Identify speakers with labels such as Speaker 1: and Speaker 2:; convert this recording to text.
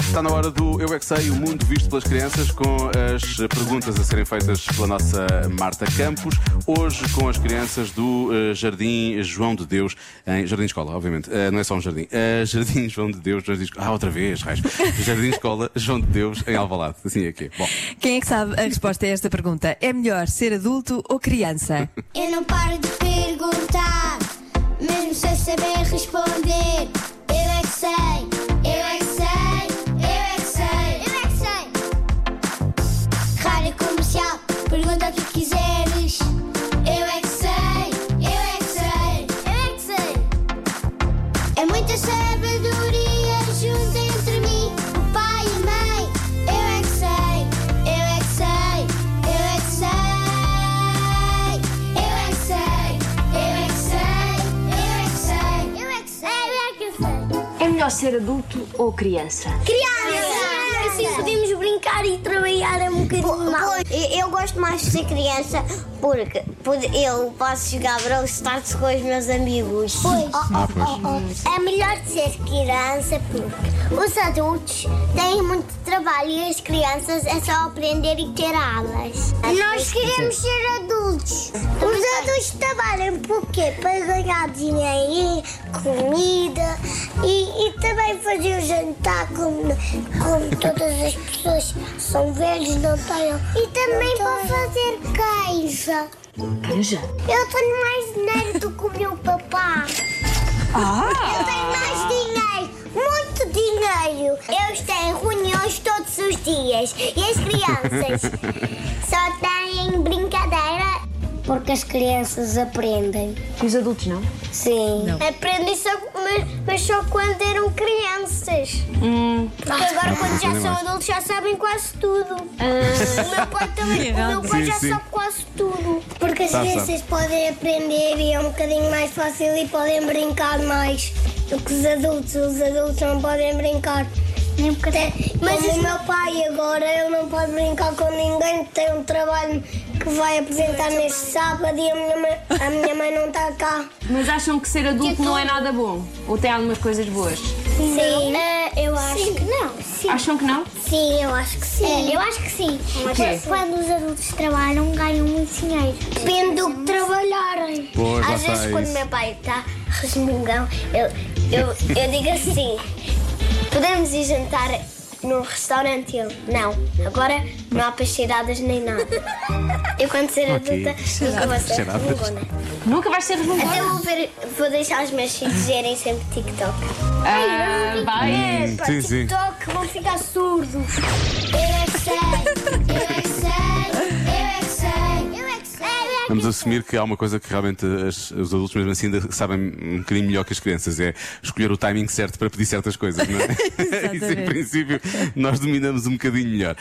Speaker 1: Está na hora do Eu é que sei, o mundo visto pelas crianças, com as perguntas a serem feitas pela nossa Marta Campos, hoje com as crianças do eh, Jardim João de Deus, em Jardim Escola, obviamente, Eh, não é só um jardim, Eh, Jardim João de Deus, Jardim Escola, ah, outra vez, raios, Jardim Escola João de Deus, em Alvalade, assim é que é. Bom,
Speaker 2: Quem é que sabe a resposta a esta pergunta? É melhor ser adulto ou criança?
Speaker 3: Eu não paro de perguntar, mesmo sem saber responder. Eu é que sei, eu é que sei, eu é que sei, eu é que sei. Rádio comercial, pergunta o que quiseres. Eu é que sei, eu é que sei, eu é que sei. É muita sabedoria junto entre mim, o pai e a mãe. Eu é que sei, eu é que sei, eu é que sei. Eu é que sei, eu é que sei, eu é que sei, eu é que sei, eu é que
Speaker 4: É melhor ser adulto ou criança?
Speaker 3: sei. Criança! Assim podemos brincar e trabalhar um bocadinho mais.
Speaker 5: Eu gosto mais de ser criança porque pode- eu posso jogar Brawl Stars com os meus amigos.
Speaker 3: Pois.
Speaker 1: ah, pois.
Speaker 3: É melhor ser criança porque os adultos têm muito trabalho e as crianças é só aprender e ter aulas. Nós queremos ser adultos. Os adultos trabalham porque para ganhar dinheiro, comida e, e também fazer o jantar como, como todas as pessoas são velhos, não têm. E também para fazer queijo.
Speaker 4: Canja.
Speaker 3: Eu tenho mais dinheiro do que o meu papá. Eu tenho mais dinheiro, muito dinheiro. Eu tenho reuniões todos os dias e as crianças só têm brincadeira. Porque as crianças aprendem.
Speaker 4: E os adultos não?
Speaker 3: Sim. Aprendem só, mas, mas só quando eram crianças.
Speaker 1: Hum.
Speaker 3: Porque agora,
Speaker 1: Ah.
Speaker 3: quando
Speaker 1: é
Speaker 3: já são adultos, já sabem quase tudo. O meu pai também. O meu pai
Speaker 1: Ah. Sim,
Speaker 3: já
Speaker 1: sim. Tá,
Speaker 3: sabe quase tudo. Porque as
Speaker 1: Sabe,
Speaker 3: crianças podem aprender e é um bocadinho mais fácil e podem brincar mais do que os adultos. Os adultos não podem brincar. Nem um Mas o meu pai agora ele não pode brincar com ninguém, tem um trabalho que vai apresentar neste sábado e a minha mãe, a minha mãe não está cá.
Speaker 4: Mas acham que ser adulto não é nada bom? Ou tem algumas coisas boas?
Speaker 3: Sim. É, eu acho que não. Sim. Ah,
Speaker 4: Acham que não?
Speaker 3: Sim, eu acho que sim. eu acho que sim. assim,
Speaker 4: quê?
Speaker 3: Quando os adultos trabalham, ganham muito dinheiro. Depende do que trabalharem.
Speaker 1: Pois, lá
Speaker 3: Às
Speaker 1: está
Speaker 3: vezes, quando
Speaker 1: isso.
Speaker 3: meu pai está resmungão, eu, eu, eu digo assim: podemos ir jantar num restaurante? E Ele, não. Agora não há pasteladas nem nada. Eu, quando ser
Speaker 1: Ok.
Speaker 3: adulta, nunca vou ser
Speaker 1: Cheiradas.
Speaker 3: resmungona.
Speaker 4: Nunca vais ser resmungona?
Speaker 3: Até vou, ver, vou deixar os meus filhos verem sempre TikTok.
Speaker 4: Ah, vai.
Speaker 3: É,
Speaker 1: sim, sim.
Speaker 3: TikTok vão ficar surdos. Eu é que sei, eu é que sei, eu é que sei, eu é que sei.
Speaker 1: Vamos assumir que há uma coisa que realmente as- os adultos, mesmo assim, ainda sabem um bocadinho melhor que as crianças: é escolher o timing certo para pedir certas coisas, não é? Isso, em
Speaker 2: Exatamente.
Speaker 1: princípio, nós dominamos um bocadinho melhor.